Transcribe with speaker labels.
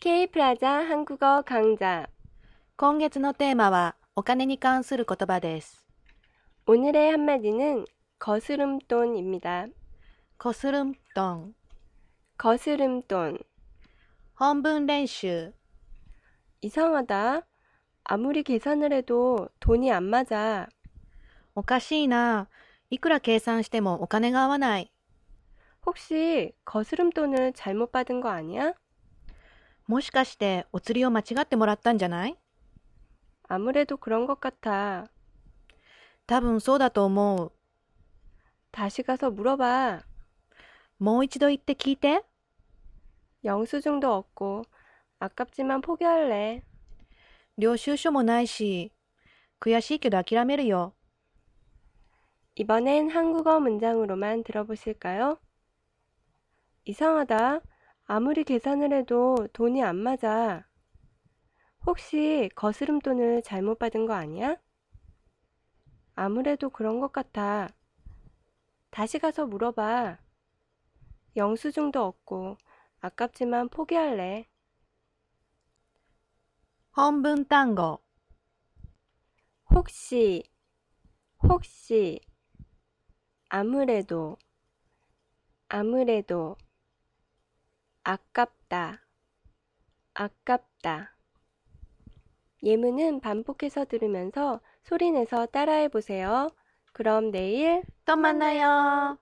Speaker 1: K プラザ韓国語강좌
Speaker 2: 今月のテーマはお金に関する言葉です。
Speaker 1: 오늘의 한마디는 거스름돈입니다.
Speaker 2: 거스름돈
Speaker 1: 거스름돈.
Speaker 2: 헌분練習
Speaker 1: 이상하다. 아무리 계산을 해도 돈이 안 맞아.
Speaker 2: おかしいな。いくら計算してもお金が合わない。
Speaker 1: 혹시 거스름돈을 잘못 받은 거 아니야?
Speaker 2: もしかしてお釣りを間違ってもらったんじゃない
Speaker 1: 아무래도 그런 것 같아.
Speaker 2: 多分そうだと思う。
Speaker 1: 다시 가서 물어봐.
Speaker 2: もう一度言って聞いて。
Speaker 1: 영수증도 없고 아깝지만 포기할래.
Speaker 2: 領収書もないし、悔しいけど諦めるよ。
Speaker 1: 이번엔 한국어 문장으로만 들어보실까요? 이상하다. 아무리 계산을 해도 돈이 안 맞아. 혹시 거스름 돈을 잘못 받은 거 아니야? 아무래도 그런 것 같아. 다시 가서 물어봐. 영수증도 없고 아깝지만 포기할래.
Speaker 2: 本文単語
Speaker 1: 혹시, 혹시, 아무래도, 아무래도, 아깝다, 아깝다. 예문은 반복해서 들으면서 소리 내서 따라해 보세요. 그럼 내일
Speaker 2: とまんなよ